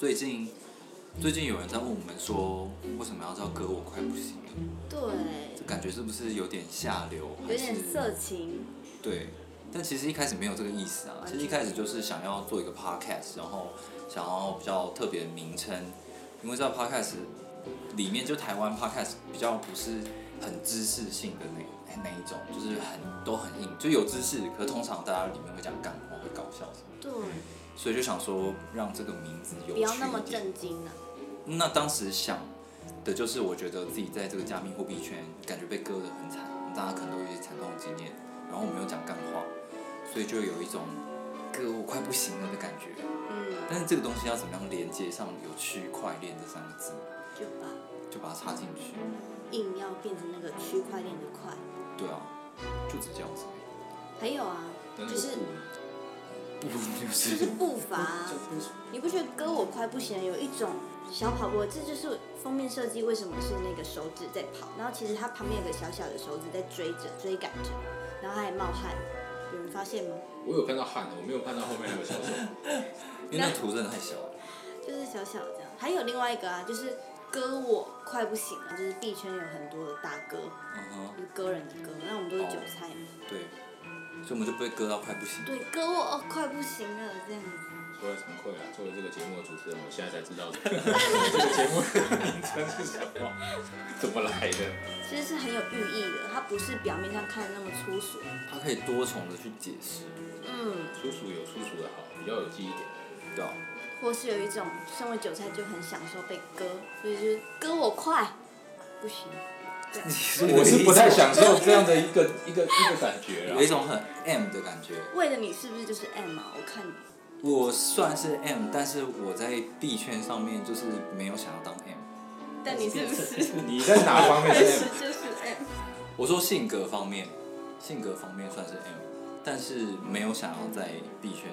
最近最近有人在问我们说，为什么要叫哥我快不行了？对，这感觉是不是有点下流？有还是点色情，对，但其实一开始没有这个意思啊，完其全实一开始就是想要做一个 podcast，然后想要比较特别的名称，因为这个 podcast 里面就台湾 podcast 比较不是很知识性的那那一种，就是很都很硬，就有知识，可是通常大家里面会讲干话，会搞笑什么，对，所以就想说让这个名字有不趣一要那么点。震惊啊。那当时想的就是，我觉得自己在这个加密货币圈感觉被割得很惨，大家可能都有一些惨痛经验。然后我们又讲干话，所以就有一种割我快不行了的感觉。嗯，但是这个东西要怎么样连接上有区块链这三个字，就把就把它插进去。硬要变成那个区块链的块。对啊，就只这样子而已。还有啊，但嗯就那个是不不就就是是步伐啊、你不觉得歌我快不行了有一种小跑步？这就是封面设计为什么是那个手指在跑，然后其实它旁边有个小小的手指在追着追赶着，然后它还冒汗，有人发现吗？我有看到汗，我没有看到后面有小手。因为那图真的太小了。就是小小这样。还有另外一个啊，就是歌我快不行了，就是币圈有很多的大哥，嗯哼，就是歌人的歌，那我们都是韭菜嘛。对，所以我们就不会割到快不行。哦对，歌我、哦、快不行了这样子。 说来惭愧啊，作为这个节目的主持人，我现在才知道 这个节目 的名称是什么，怎么来的。其实是很有寓意的，它不是表面上看的那么粗俗。它可以多重的去解释，嗯，叔叔有叔叔的好，比较有记忆点。对啊。或是有一种身为韭菜就很享受被割，所以就是割我快，不行。我是不太享受这样的一个 一个一个感觉有一啊。种很 M 的感觉。为了你是不是就是 M 啊？我看你我算是 M，但是我在币圈上面就是没有想要当 M。但你是 不是你在哪方面还是是就是 M？我说性格方面，性格方面算是 M，但是没有想要在币圈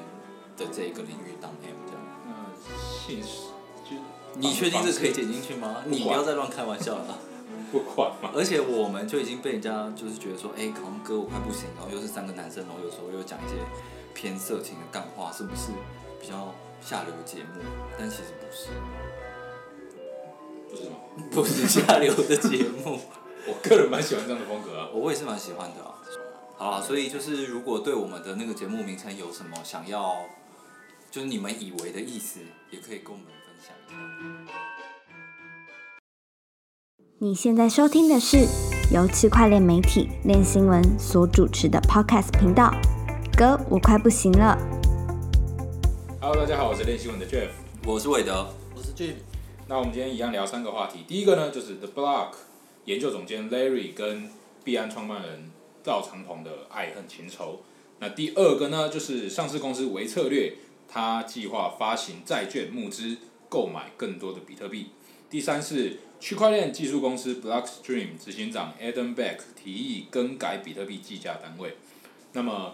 的这个领域当 M 这样。那姓氏就你确定这可以剪进去吗？你不要再乱开玩笑了。不管嘛？而且我们就已经被人家就是觉得说，哎、好像哥我快不行，然后又是三个男生，然后有时候又讲一些偏色情的干话，是不是比较下流节目？但其实不是，不是吗？不是下流的节目。我个人蛮喜欢这样的风格啊。我也是蛮喜欢的啊。好啊，所以就是如果对我们的那个节目名称有什么想要，就是你们以为的意思，也可以跟我们分享一下。你现在收听的是由区块链媒体链新闻所主持的 Podcast 频道。哥，我快不行了。 Hello，大家好，我是练新闻的 Jeff。我是韦德，那我们今天一样聊三个话题。第一个呢，就是 The Block 研究总监 Larry 跟币安创办人赵长鹏的爱恨情仇。那第二个呢，就是上市公司微策略，它计划发行债券募资，购买更多的比特币。第三是区块链技术公司 Blockstream 执行长 Adam Beck 提议更改比特币计价单位。那么，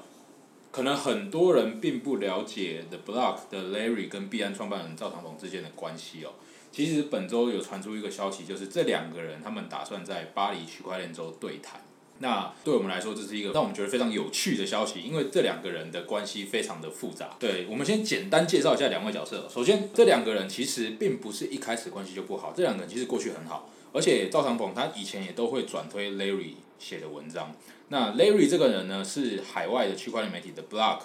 可能很多人并不了解 The Block 的 Larry 跟币安创办人赵长鹏之间的关系哦。其实本周有传出一个消息，就是这两个人他们打算在巴黎区块链周对谈。那对我们来说，这是一个让我们觉得非常有趣的消息，因为这两个人的关系非常的复杂。对，我们先简单介绍一下两位角色。首先，这两个人其实并不是一开始关系就不好，这两个人其实过去很好，而且赵长鹏他以前也都会转推 Larry 写的文章。那 Larry 这个人呢，是海外的区块链媒体的 Block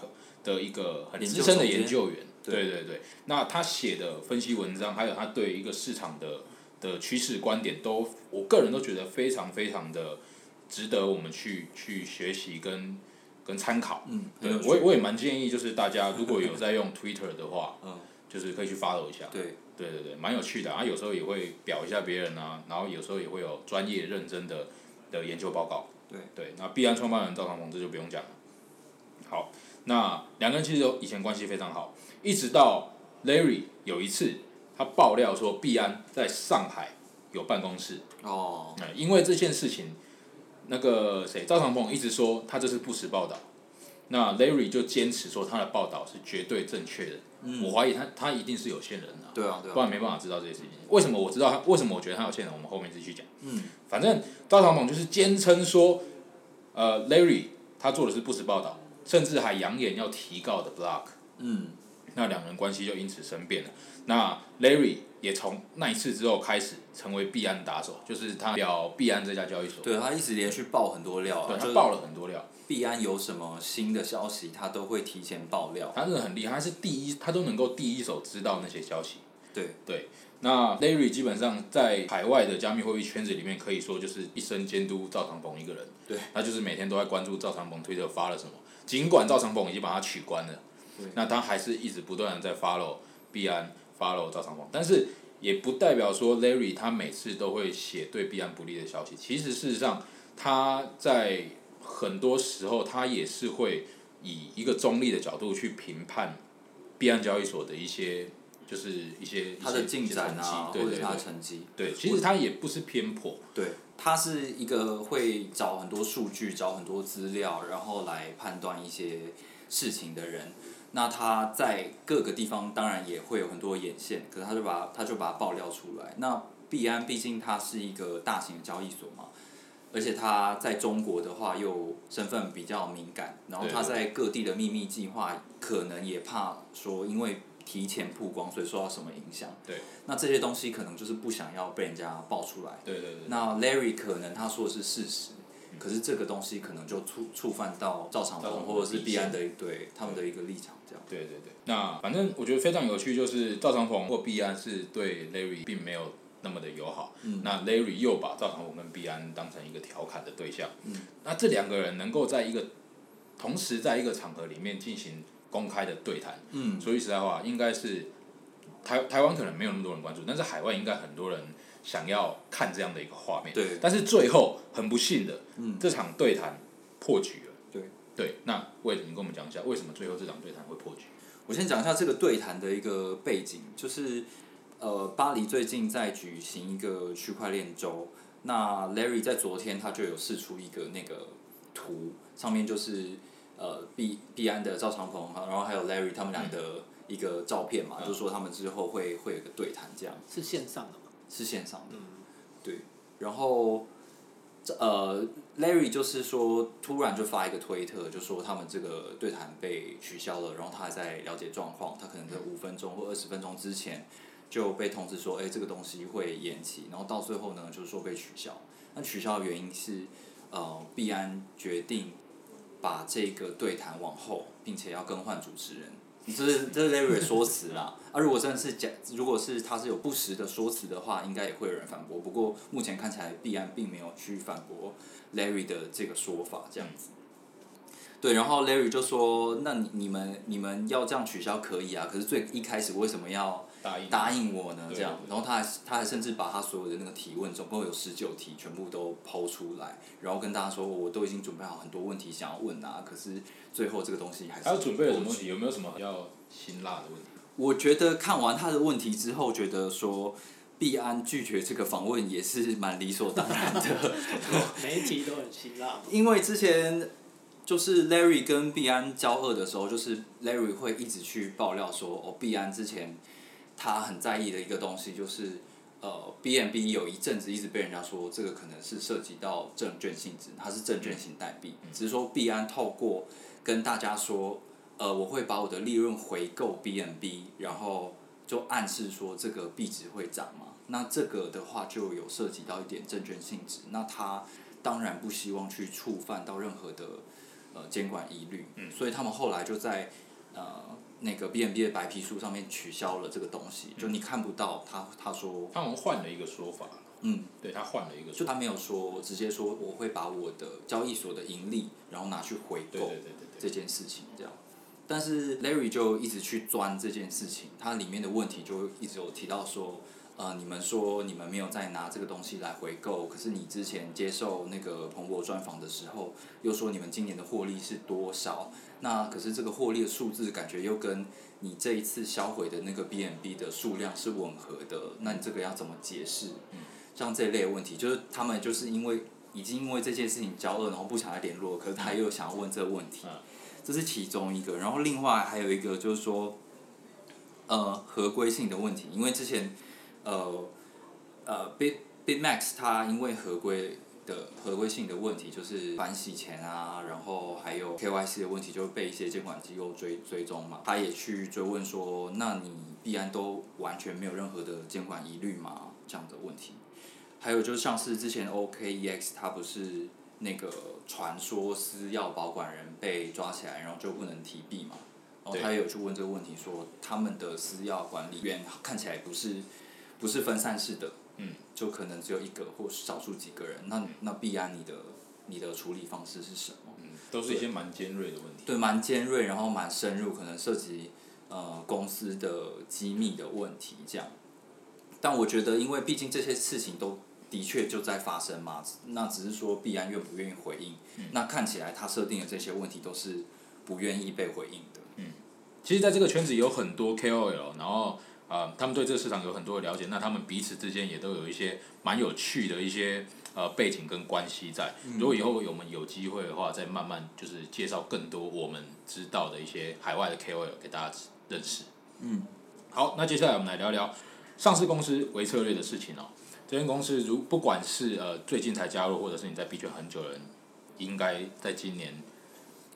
的一个很资深的研究员。对对对对，那他写的分析文章，还有他对一个市场的的趋势观点都，我个人都觉得非常非常的值得我们去去学习跟跟参考。嗯，对很有，趣我也我也蛮建议，就是大家如果有在用 Twitter 的话， 嗯，就是可以去 follow 一下。对，对对对，蛮有趣的啊，有时候也会表一下别人啊，然后有时候也会有专业认真的的研究报告。对对，那必安创办人赵长鹏这就不用讲了。好，那两个人其实都以前关系非常好，一直到 Larry 有一次他爆料说必安在上海有办公室，哦，呃，因为这件事情，那个谁赵长鹏一直说他这是不实报道，那 Larry 就坚持说他的报道是绝对正确的。嗯我怀疑他他一定是有线人啊，对啊，对不啊，然没办法知道这些事情。为什么我知道他？为什么我觉得他有线人？我们后面继续讲。嗯，反正赵长鹏就是坚称说，呃，Larry 他做的是不实报道，甚至还扬言要提告的 Block。嗯，那两人关系就因此生变了。那 Larry 也从那一次之后开始成为币安打手，就是他聊币安这家交易所，对他一直连续爆很多料啊，对就他是爆了很多料，币安有什么新的消息，他都会提前爆料。他真的很厉害，他是第一，他都能够第一手知道那些消息。对对，那 Larry 基本上在海外的加密货币圈子里面，可以说就是一生监督赵长鹏一个人。对，他就是每天都在关注赵长鹏推特发了什么，尽管赵长鹏已经把他取关了对，那他还是一直不断的在 follow 币安，follow 赵长鹏，但是也不代表说 Larry 他每次都会写对币安不利的消息。其实事实上，他在很多时候他也是会以一个中立的角度去评判币安交易所的一些。就是一些他的一些进展一些啊成，绩对或者对对是他的成绩，对，其实他也不是偏颇，对，他是一个会找很多数据、找很多资料，然后来判断一些事情的人。那他在各个地方当然也会有很多眼线，可是他就把他就把它爆料出来。那币安毕竟它是一个大型的交易所嘛，而且它在中国的话又身份比较敏感，然后对它对在各地的秘密计划可能也怕说因为提前曝光，所以受到什么影响。对，那这些东西可能就是不想要被人家爆出来。对对对，那 Larry 可能他说的是事实，可是这个东西可能就触触犯到赵长赵长鹏鹏或者是的立必安场的一对他们的一个立场这样。对对对。那反正我觉得非常有趣，就是赵长鹏或毕安是对 Larry 并没有那么的友好，嗯那 Larry 又把赵长鹏跟毕安当成一个调侃的对象，嗯那这两个人能够在一个同时在一个场合里面进行公开的对谈，嗯，说句实在话，应该是台台湾可能没有那么多人关注，但是海外应该很多人想要看这样的一个画面。对但是最后很不幸的，嗯这场对谈破局了。对，对，那魏，你跟我们讲一下，为什么最后这场对谈会破局？我先讲一下这个对谈的一个背景，就是呃，巴黎最近在举行一个区块链周，那 Larry 在昨天他就有试出一个那个图，上面就是呃毕毕安的赵长鹏，然后还有 Larry 他们俩的一个照片嘛，嗯就说他们之后会会有一个对谈这样。是线上的嘛？嗯是线上的，对。然后，这呃，Larry 就是说，突然就发一个推特，就说他们这个对谈被取消了，然后他还在了解状况，他可能在五分钟或二十分钟之前就被通知说，哎，这个东西会延期，然后到最后呢，就是说被取消。那取消的原因是，呃，币安决定把这个对谈往后，并且要更换主持人。这是这是 Larry 的说辞啦。啊，如果真的是假，如果是他是有不实的说辞的话，应该也会有人反驳。不过目前看起来，币安并没有去反驳 Larry 的这个说法，这样子。对，然后 Larry 就说：“那你你们你们要这样取消可以啊，可是最一开始为什么要答应答应我呢？对这样对，对然后他还他还甚至把他所有的那个提问，总共有十九题，全部都抛出来，然后跟大家说，我都已经准备好很多问题想要问啊，可是最后这个东西还是还有准备了什么过问去题？有没有什么比较辛辣的问题？我觉得看完他的问题之后，觉得说毕安拒绝这个访问也是蛮理所当然的，每一集都很辛辣嘛。因为之前就是 Larry 跟毕安交恶的时候，就是 Larry 会一直去爆料说，哦，毕安之前他很在意的一个东西就是。呃，B N B 有一阵子一直被人家说，这个可能是涉及到证券性质，它是证券型代币，只是说币安透过跟大家说，呃，我会把我的利润回购 B N B，然后就暗示说这个币值会涨嘛。那这个的话就有涉及到一点证券性质，那他当然不希望去触犯到任何的呃监管疑虑，所以他们后来就在呃那个 B N B 的白皮书上面取消了这个东西，就你看不到他他说他好像换了一个说法，嗯，对他换了一个就说法，他没有说直接说我会把我的交易所的盈利然后拿去回对购对对对这对，件事情这样。但是 Larry 就一直去钻这件事情，它里面的问题就一直有提到说，呃，你们说你们没有再拿这个东西来回购，可是你之前接受那个彭博专访的时候，又说你们今年的获利是多少？那可是这个获利的数字感觉又跟你这一次销毁的那个 B&B 的数量是吻合的，那你这个要怎么解释？嗯像这一类的问题，就是他们就是因为已经因为这件事情交恶，然后不想再联络，可是他又想要问这个问题嗯，这是其中一个。然后另外还有一个就是说，呃，合规性的问题，因为之前呃呃 Bit BitMax 它因为合规的合规性的问题，就是反洗钱啊，然后还有 KYC 的问题，就被一些监管机构追追踪嘛。他也去追问说，那你必然都完全没有任何的监管疑虑吗？这样的问题。还有就像是之前 OKEX，它不是那个传说私钥保管人被抓起来，然后就不能提币嘛。然后对他也有去问这个问题说，他们的私钥管理员看起来不是不是分散式的，嗯，就可能只有一个或少数几个人。那那必然你的你的处理方式是什么？嗯，都是一些蛮尖锐的问题。对，蛮尖锐，然后蛮深入，可能涉及呃公司的机密的问题这样。但我觉得，因为毕竟这些事情都的确就在发生嘛，那只是说必然愿不愿意回应。嗯那看起来他设定的这些问题都是不愿意被回应的。其实，在这个圈子有很多 KOL，然后呃，他们对这个市场有很多的了解，那他们彼此之间也都有一些蛮有趣的一些呃背景跟关系在。如果以后我们有机会的话，再慢慢就是介绍更多我们知道的一些海外的 KOL 给大家认识。嗯，好，那接下来我们来聊聊上市公司为策略的事情哦。这间公司如不管是呃最近才加入，或者是你在币圈很久的人，应该在今年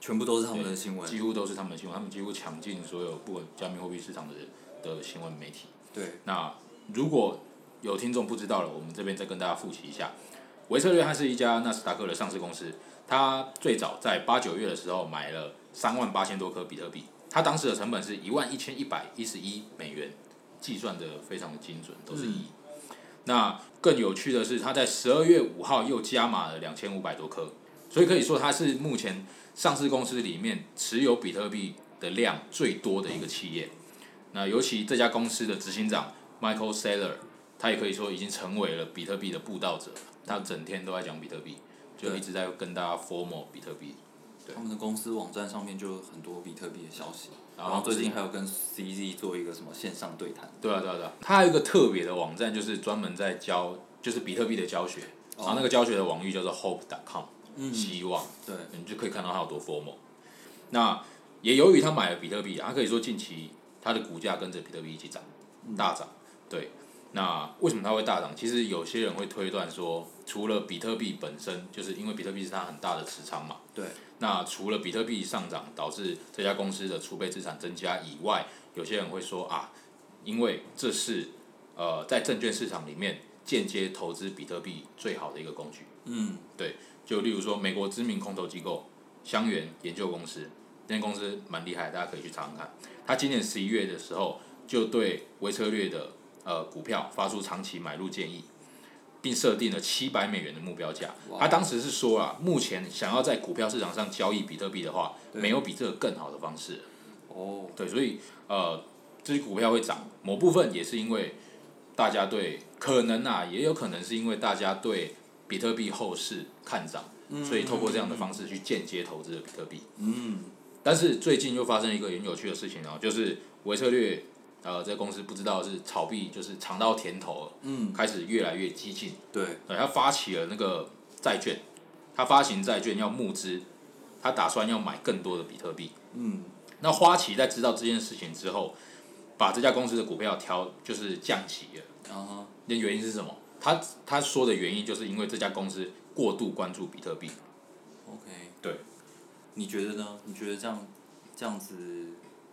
全部都是他们的新几闻。乎都是他们的新闻，他们几乎抢尽所有不管加密货币市场的的新闻媒体。对，那如果有听众不知道了，我们这边再跟大家复习一下。维策略它是一家纳斯达克的上市公司，它最早在八九月的时候买了三万八千多颗比特币，它当时的成本是一万一千一百一十一美元，计算的非常的精准，都是一、那更有趣的是，它在十二月五号又加码了两千五百多颗，所以可以说它是目前上市公司里面持有比特币的量最多的一个企业。那尤其这家公司的执行长 Michael Saylor，他也可以说已经成为了比特币的布道者，他整天都在讲比特币，就对一直在跟大家 formal 比特币。他们的公司网站上面就有很多比特币的消息，然然后后最近还有跟 CZ 做一个什么线上对谈。对啊，对啊，对啊。它还有一个特别的网站，就是专门在教，就是比特币的教学，然后那个教学的网域叫做 hope.com，、希望，对，你就可以看到它有多 formal。那也由于他买了比特币，他可以说近期它的股价跟着比特币一起涨，大涨。对，那为什么它会大涨？其实有些人会推断说，除了比特币本身，就是因为比特币是它很大的持仓嘛，对，那除了比特币上涨导致这家公司的储备资产增加以外，有些人会说啊，因为这是呃在证券市场里面间接投资比特币最好的一个工具。嗯，就例如说美国知名空投机构香源研究公司，这间公司蛮厉害，大家可以去查查看。它今年十一月的时候就对微策略的呃股票发出长期买入建议，并设定了七百美元的目标价。哇他当时是说啊，目前想要在股票市场上交易比特币的话，对没有比这个更好的方式了。哦，对，所以呃，这些股票会涨，某部分也是因为大家对可能啊，也有可能是因为大家对比特币后市看涨，所以透过这样的方式去间接投资了比特币。嗯，但是最近又发生一个很有趣的事情哦，就是维策略呃这公司不知道是炒币，就是尝到甜头了，嗯，开始越来越激进，对，对，他发起了那个债券，他发行债券要募资，他打算要买更多的比特币。嗯，那花旗在知道这件事情之后，把这家公司的股票调就是降息了。然后那原因是什么？他他说的原因就是因为这家公司过度关注比特币。 OK，对，你觉得呢？你觉得这样这样子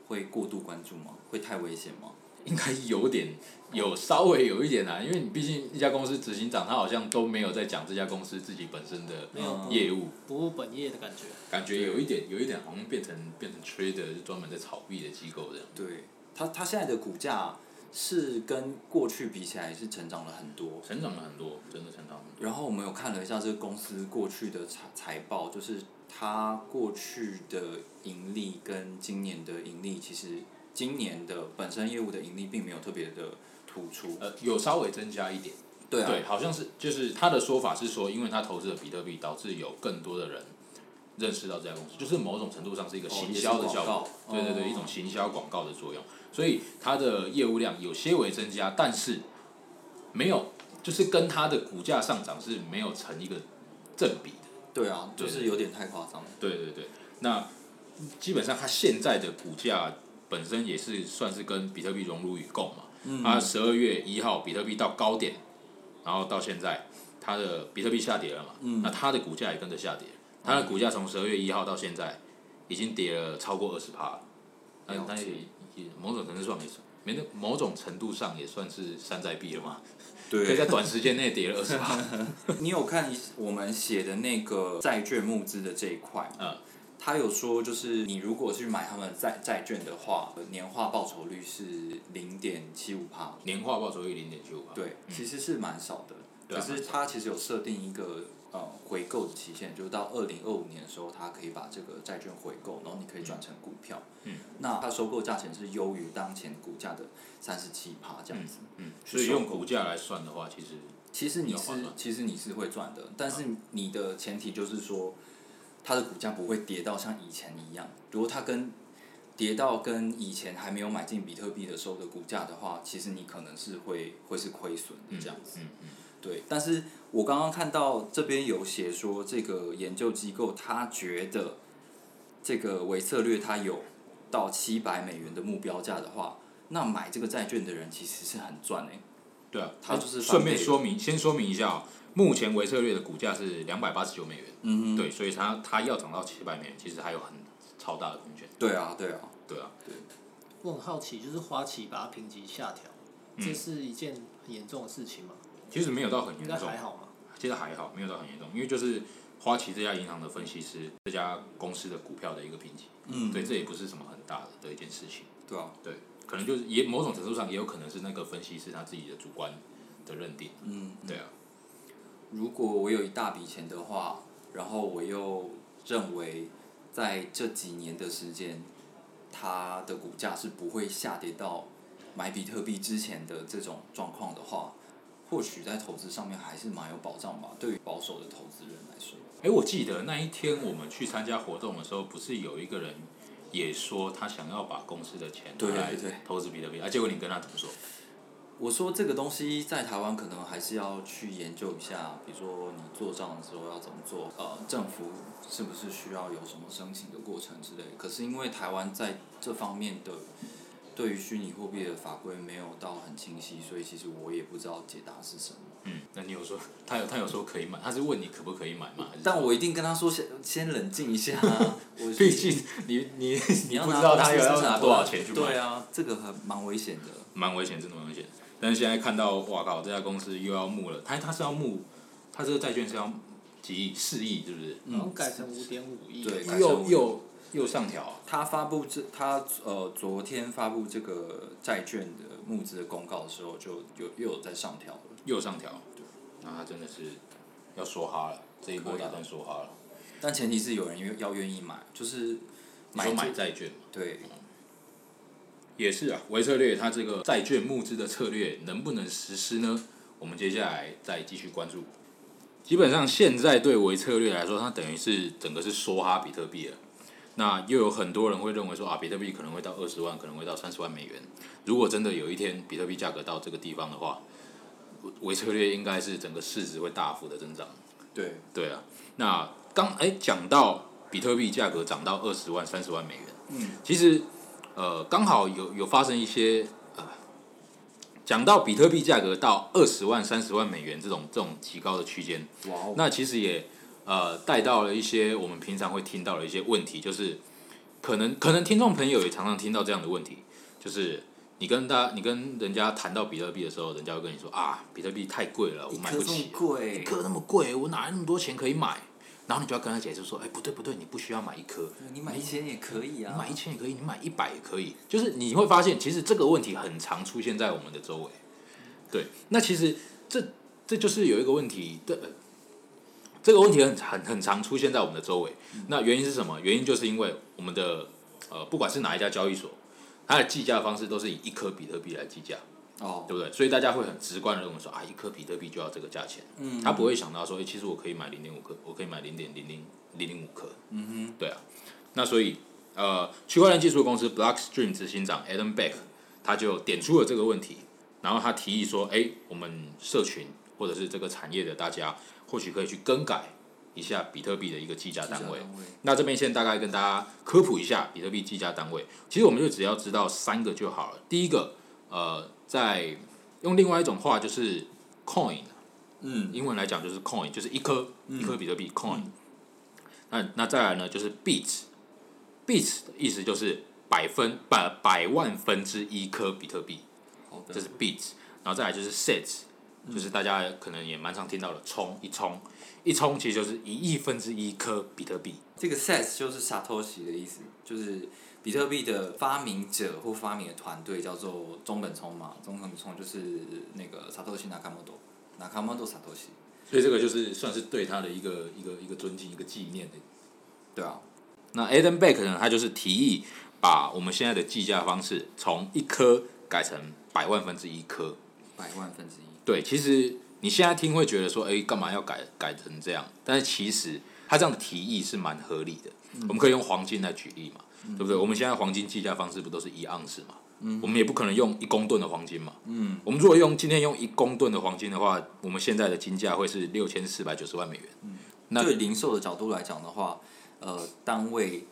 会过度关注吗？会太危险吗？应该有点有稍微有一点啊，因为你毕竟一家公司执行长他好像都没有在讲这家公司自己本身的没有嗯不业务，不务本业的感觉。感觉有一点有一点好像变成变成 trader 就专门在炒币的机构这样。对，它它现在的股价是跟过去比起来是成长了很多。成长了很多，真的成长了很多。然后我们有看了一下这个公司过去的财财报，就是它过去的盈利跟今年的盈利，其实今年的本身业务的盈利并没有特别的突出。呃，有稍微增加一点。对啊，对，好像是就是他的说法是说，因为他投资了比特币，导致有更多的人认识到这家公司，就是某种程度上是一个哦行也是销的广效果。告对对对，哦一种行销广告的作用，所以它的业务量有些微增加，但是没有，就是跟它的股价上涨是没有成一个正比的。对啊，就对是对有点太夸张了。对对对，那基本上它现在的股价本身也是算是跟比特币嗯啊荣辱与共嘛。它十二月一号比特币到高点，然后到现在，它的比特币下跌了嘛，嗯那它的股价也跟着下跌，它的股价从十二月一号到现在已经跌了超过二十趴，那了它解也也某种程度上也算，没那某种程度上也算是山寨币了嘛，可以对，在短时间内跌了二十趴，你有看我们写的那个债券募资的这一块吗？嗯他有说，就是你如果去买他们的债债券的话，年化报酬率是零点七五帕，年化报酬率零点九趴，对，其实是蛮少的。嗯对可啊是它其实有设定一个呃回购的期限，就是到二零二五年的时候，它可以把这个债券回购，然后你可以转成股票。嗯，那它收购价钱是优于当前股价的三十七趴这样子。嗯，所以用股价来算的话，其实其实你有是划算其实你是会赚的，但是你的前提就是说，它的股价不会跌到像以前一样。如果它跟跌到跟以前还没有买进比特币的时候的股价的话，其实你可能是会会是亏损的这样子。嗯嗯对，但是我刚刚看到这边有写说，这个研究机构他觉得这个伪策略它有到七百美元的目标价的话，那买这个债券的人其实是很赚诶、对啊，它就是翻顺便倍的说明，先说明一下、哦，目前维策略的股价是两百八十九美元，嗯哼，对，所以它它要涨到七百美元，其实还有很超大的空间，对啊，对啊，对啊，我很好奇，就是花旗把它评级下调，嗯这是一件很严重的事情吗？其实没有到很应严该重还，好嘛。其实还好，没有到很严重，因为就是花旗这家银行的分析师这家公司的股票的一个评级，嗯，对，这也不是什么很大的的一件事情，对啊，对，可能就是也某种程度上也有可能是那个分析师他自己的主观的认定，嗯，对啊，如果我有一大笔钱的话，然后我又认为在这几年的时间，它的股价是不会下跌到买比特币之前的这种状况的话，或许在投资上面还是蛮有保障吧。对于保守的投资人来说，哎，我记得那一天我们去参加活动的时候，不是有一个人也说他想要把公司的钱拿对来对投资比特币，啊，结果你跟他怎么说？我说这个东西在台湾可能还是要去研究一下，比如说你做账的时候要怎么做，呃，政府是不是需要有什么申请的过程之类的。可是因为台湾在这方面的对于虚拟货币的法规没有到很清晰，所以其实我也不知道解答是什么。嗯，那你有说他有他有说可以买，他是问你可不可以买吗？还是但我一定跟他说先先冷静一下、啊，我 毕竟你你你要不拿知道公他司有要是拿多少钱去买，对啊，这个很蛮危险的。蛮危险，真的蛮危险。但是现在看到，哇靠，这家公司又要募了，他他是要募，他这个债券是要几亿四亿，是不是？嗯哦然后改成五点五亿，对改成又5亿又又上调啊、他发布这他呃昨天发布这个债券的募资的公告的时候，就有又有在上调了。右上调，那他真的是要说哈了，这一波可以啊打算说哈了。但前提是有人愿要愿意买，就是你说买这债券嘛对，也是啊，微策略它这个债券募资的策略能不能实施呢？我们接下来再继续关注。基本上现在对微策略来说，它等于是整个是梭哈比特币了。那又有很多人会认为说啊，比特币可能会到二十万，可能会到三十万美元。如果真的有一天比特币价格到这个地方的话，微策略应该是整个市值会大幅的增长。对对啊，那刚哎讲到比特币价格涨到二十万、三十万美元，嗯，其实呃刚好有有发生一些呃，讲到比特币价格到二十万、三十万美元这种这种极高的区间，哇哦，那其实也呃带到了一些我们平常会听到的一些问题，就是可能可能听众朋友也常常听到这样的问题，就是你跟他你跟人家谈到比特币的时候，人家会跟你说啊，比特币太贵了，我一买颗不这么起。一贵，颗那么贵，我哪有那么多钱可以买？然后你就要跟他解释说，哎、不对不对，你不需要买一颗，你买一千也可以你啊，买一千也可以，你买一百也可以。就是你会发现，其实这个问题很常出现在我们的周围。对，那其实这这就是有一个问题，这、呃、这个问题很很很常出现在我们的周围。那原因是什么？原因就是因为我们的呃，不管是哪一家交易所，它的计价方式都是以一颗比特币来计价。哦，对不对？所以大家会很直观的认为说啊，一颗比特币就要这个价钱，嗯他不会想到说，哎、其实我可以买零点五颗，我可以买零点零零零零五颗，嗯对啊。那所以呃，区块链技术公司 Blockstream 执行长 Adam Beck 他就点出了这个问题，然后他提议说，哎，我们社群或者是这个产业的大家，或许可以去更改一下比特币的一个计价哼，单位。单位，那这边先大概跟大家科普一下比特币计价单位。其实我们就只要知道三个就好了。第一个，呃，在用另外一种话就是 coin 嗯英文来讲就是 coin，就是一颗、一颗比特币 coin。那那再来呢，就是 bit，bit 的意思就是百分百百万分之一颗比特币，好的，这是 bit。然后再来就是 set，就是大家可能也蛮常听到的冲一冲，一冲其实就是一亿分之一颗比特币。这个 SES 就是 Satoshi 的意思，就是比特币的发明者或发明的团队叫做中本聪嘛，中本聪就是那个 Satoshi Nakamoto，Nakamoto Satoshi，所以这个就是算是对他的一个一个一个尊敬、一个纪念的。对啊，那 Adam Back 呢，他就是提议把我们现在的计价方式从一颗改成百万分之一颗。百万分之一，对，其实你现在听会觉得说，哎，干嘛要改改成这样？但是其实他这样的提议是蛮合理的。我们可以用黄金来举例嘛，对不对？我们现在黄金计价方式不都是一盎司嘛？我们也不可能用一公吨的黄金嘛。嗯，我们如果用今天用一公吨的黄金的话，我们现在的金价会是六千四百九十万美元。那对零售的角度来讲的话，呃，单位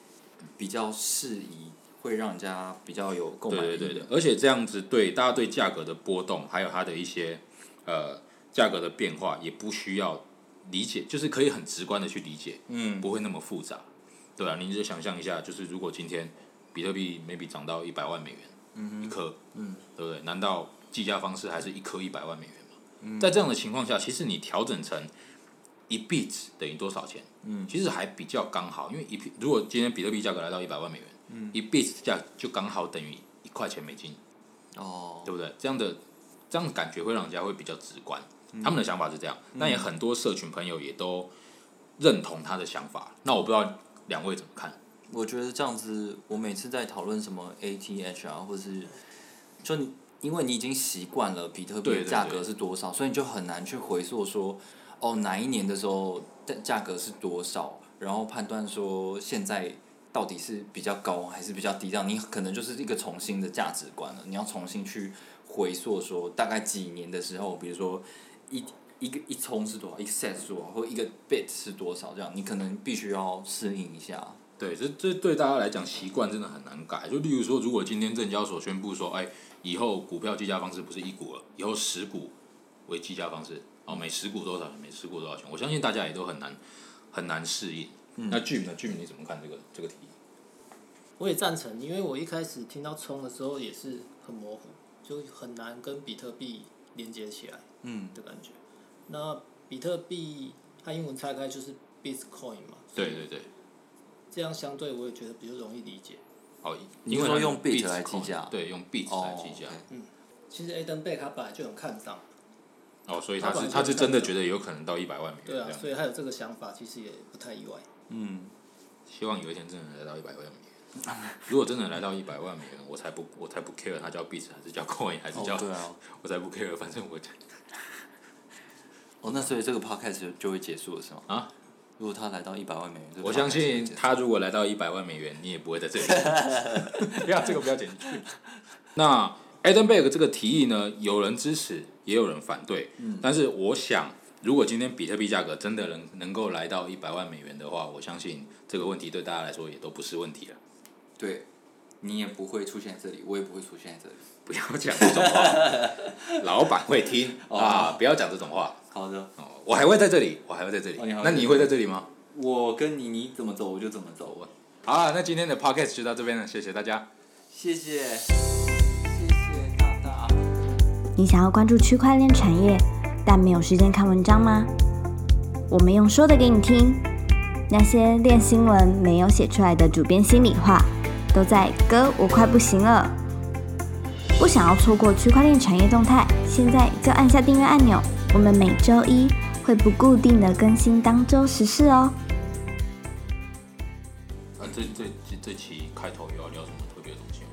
比较适宜，会让人家比较有购买对力对对对的，，而且这样子对大家对价格的波动，还有它的一些呃价格的变化，也不需要理解，就是可以很直观的去理解，嗯，不会那么复杂。对啊，你就想象一下，就是如果今天比特币 maybe 涨到一百万美元，一颗，嗯，对不对？难道计价方式还是一颗一百万美元吗？嗯在这样的情况下，其实你调整成一币等于多少钱？嗯其实还比较刚好，因为一币如果今天比特币价格来到一百万美元，一币价就刚好等于一块钱美金，哦，对不对？这样的这样的感觉会让人家会比较直观，他们的想法是这样。那、也很多社群朋友也都认同他的想法。那我不知道两位怎么看？我觉得这样子，我每次在讨论什么 ATH 啊，或是就你因为你已经习惯了比特币对的对对价格是多少，所以你就很难去回溯说，哦，哪一年的时候价价格是多少，然后判断说现在到底是比较高还是比较低，这样你可能就是一个重新的价值观了，你要重新去回溯说大概几年的时候，比如说一。一个一冲是多少，一个 set 是多少，或一个 bit 是多少，这样你可能必须要适应一下。对，这这对大家来讲习惯真的很难改。就例如说，如果今天证交所宣布说，哎，以后股票计价方式不是一股了，以后十股为计价方式，哦，每十股多少钱，每十股多少钱，我相信大家也都很难很难适应。那 Jim 呢？Jim 你怎么看这个这个提议？我也赞成，因为我一开始听到冲的时候也是很模糊，就很难跟比特币连接起来嗯的感觉。那比特币它英文拆开就是 Bitcoin 嘛，对对对，这样相对我也觉得比较容易理解。哦，你因为说他们用 bit 来 Bitcoin，计价对，用 bit 来哦，计价， OK 其实 Adam Back 他本来就很看涨，哦，所以他他本是来就他是看真的涨觉得有可能到一百万美元对这啊，样所，以他有这个想法，其实也不太意外。嗯，希望有一天真的来到一百万美元。如果真的来到一百万美元，我才不我才不 care 它叫 bit 还是叫 coin 还是叫哦，对啊，我才不 care，反正我哦，那所以这个 podcast 就就会结束了是吗？啊，如果他来到一百万美元，这个我相 podcast 信就结束他如果来到一百万美元，你也不会在 这里。不要这个不要剪进去。那 Adam Back 这个提议呢，有人支持，也有人反对。嗯但是我想，如果今天比特币价格真的能能够来到一百万美元的话，我相信这个问题对大家来说也都不是问题了。对，你也不会出现在这里，我也不会出现在这里。不要讲这种话，老板 会听哦啊！不要讲这种话。好的，哦，我还会在这里，我还会在这里。哦你还会那在你这会在这里吗？我跟你你怎么走我就怎么走吧，好啊，那今天的 podcast 就到这边了，谢谢大家。谢谢，谢谢大大。你想要关注区块链产业，但没有时间看文章吗？我们用说的给你听，那些练新闻没有写出来的主编心里话，都在“哥，我快不行了”。不想要错过区块链产业动态，现在就按下订阅按钮。我们每周一会不固定的更新当周时事哦。啊，这这这这期开头有要聊什么特别的东西吗？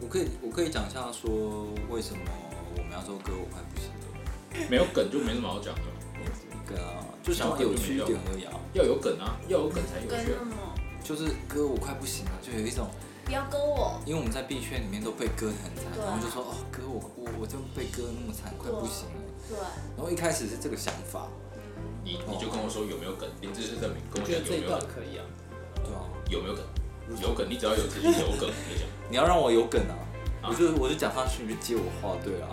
我可以我可以讲一下说为什么我们要做歌我快不行了，没有梗就没什么好讲的，跟啊，就想要有趣一点而已啊，要有梗啊，要有梗才有跟趣什啊。么？就是歌我快不行了，就有一种。不要跟我。因为我们在币圈里面都被割得很惨，对啊然后就说哦，割我我我就被割得那么惨，快不行了。对，啊然后一开始是这个想法，你你就跟我说有没有梗，凭知识证明，跟我我觉讲得这有一没有段梗，可以啊，对啊，有没有梗，有梗，你只要有自己有梗你就讲。你要让我有梗啊，啊我就我就讲上去，你就接我话，对啊，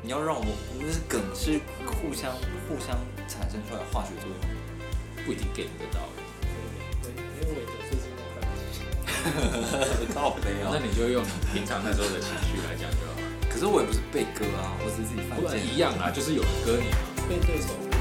你要让我，我们是梗是互相互相产生出来的化学作用， 不一定 get 得到。对，因为韦德最近我看不起靠啊背那你就用你平常那时候的情绪来 讲就好了。可是我也不是被割啊，我只是自己犯不贱。一样啊，就是有人割你嘛。被对手。啊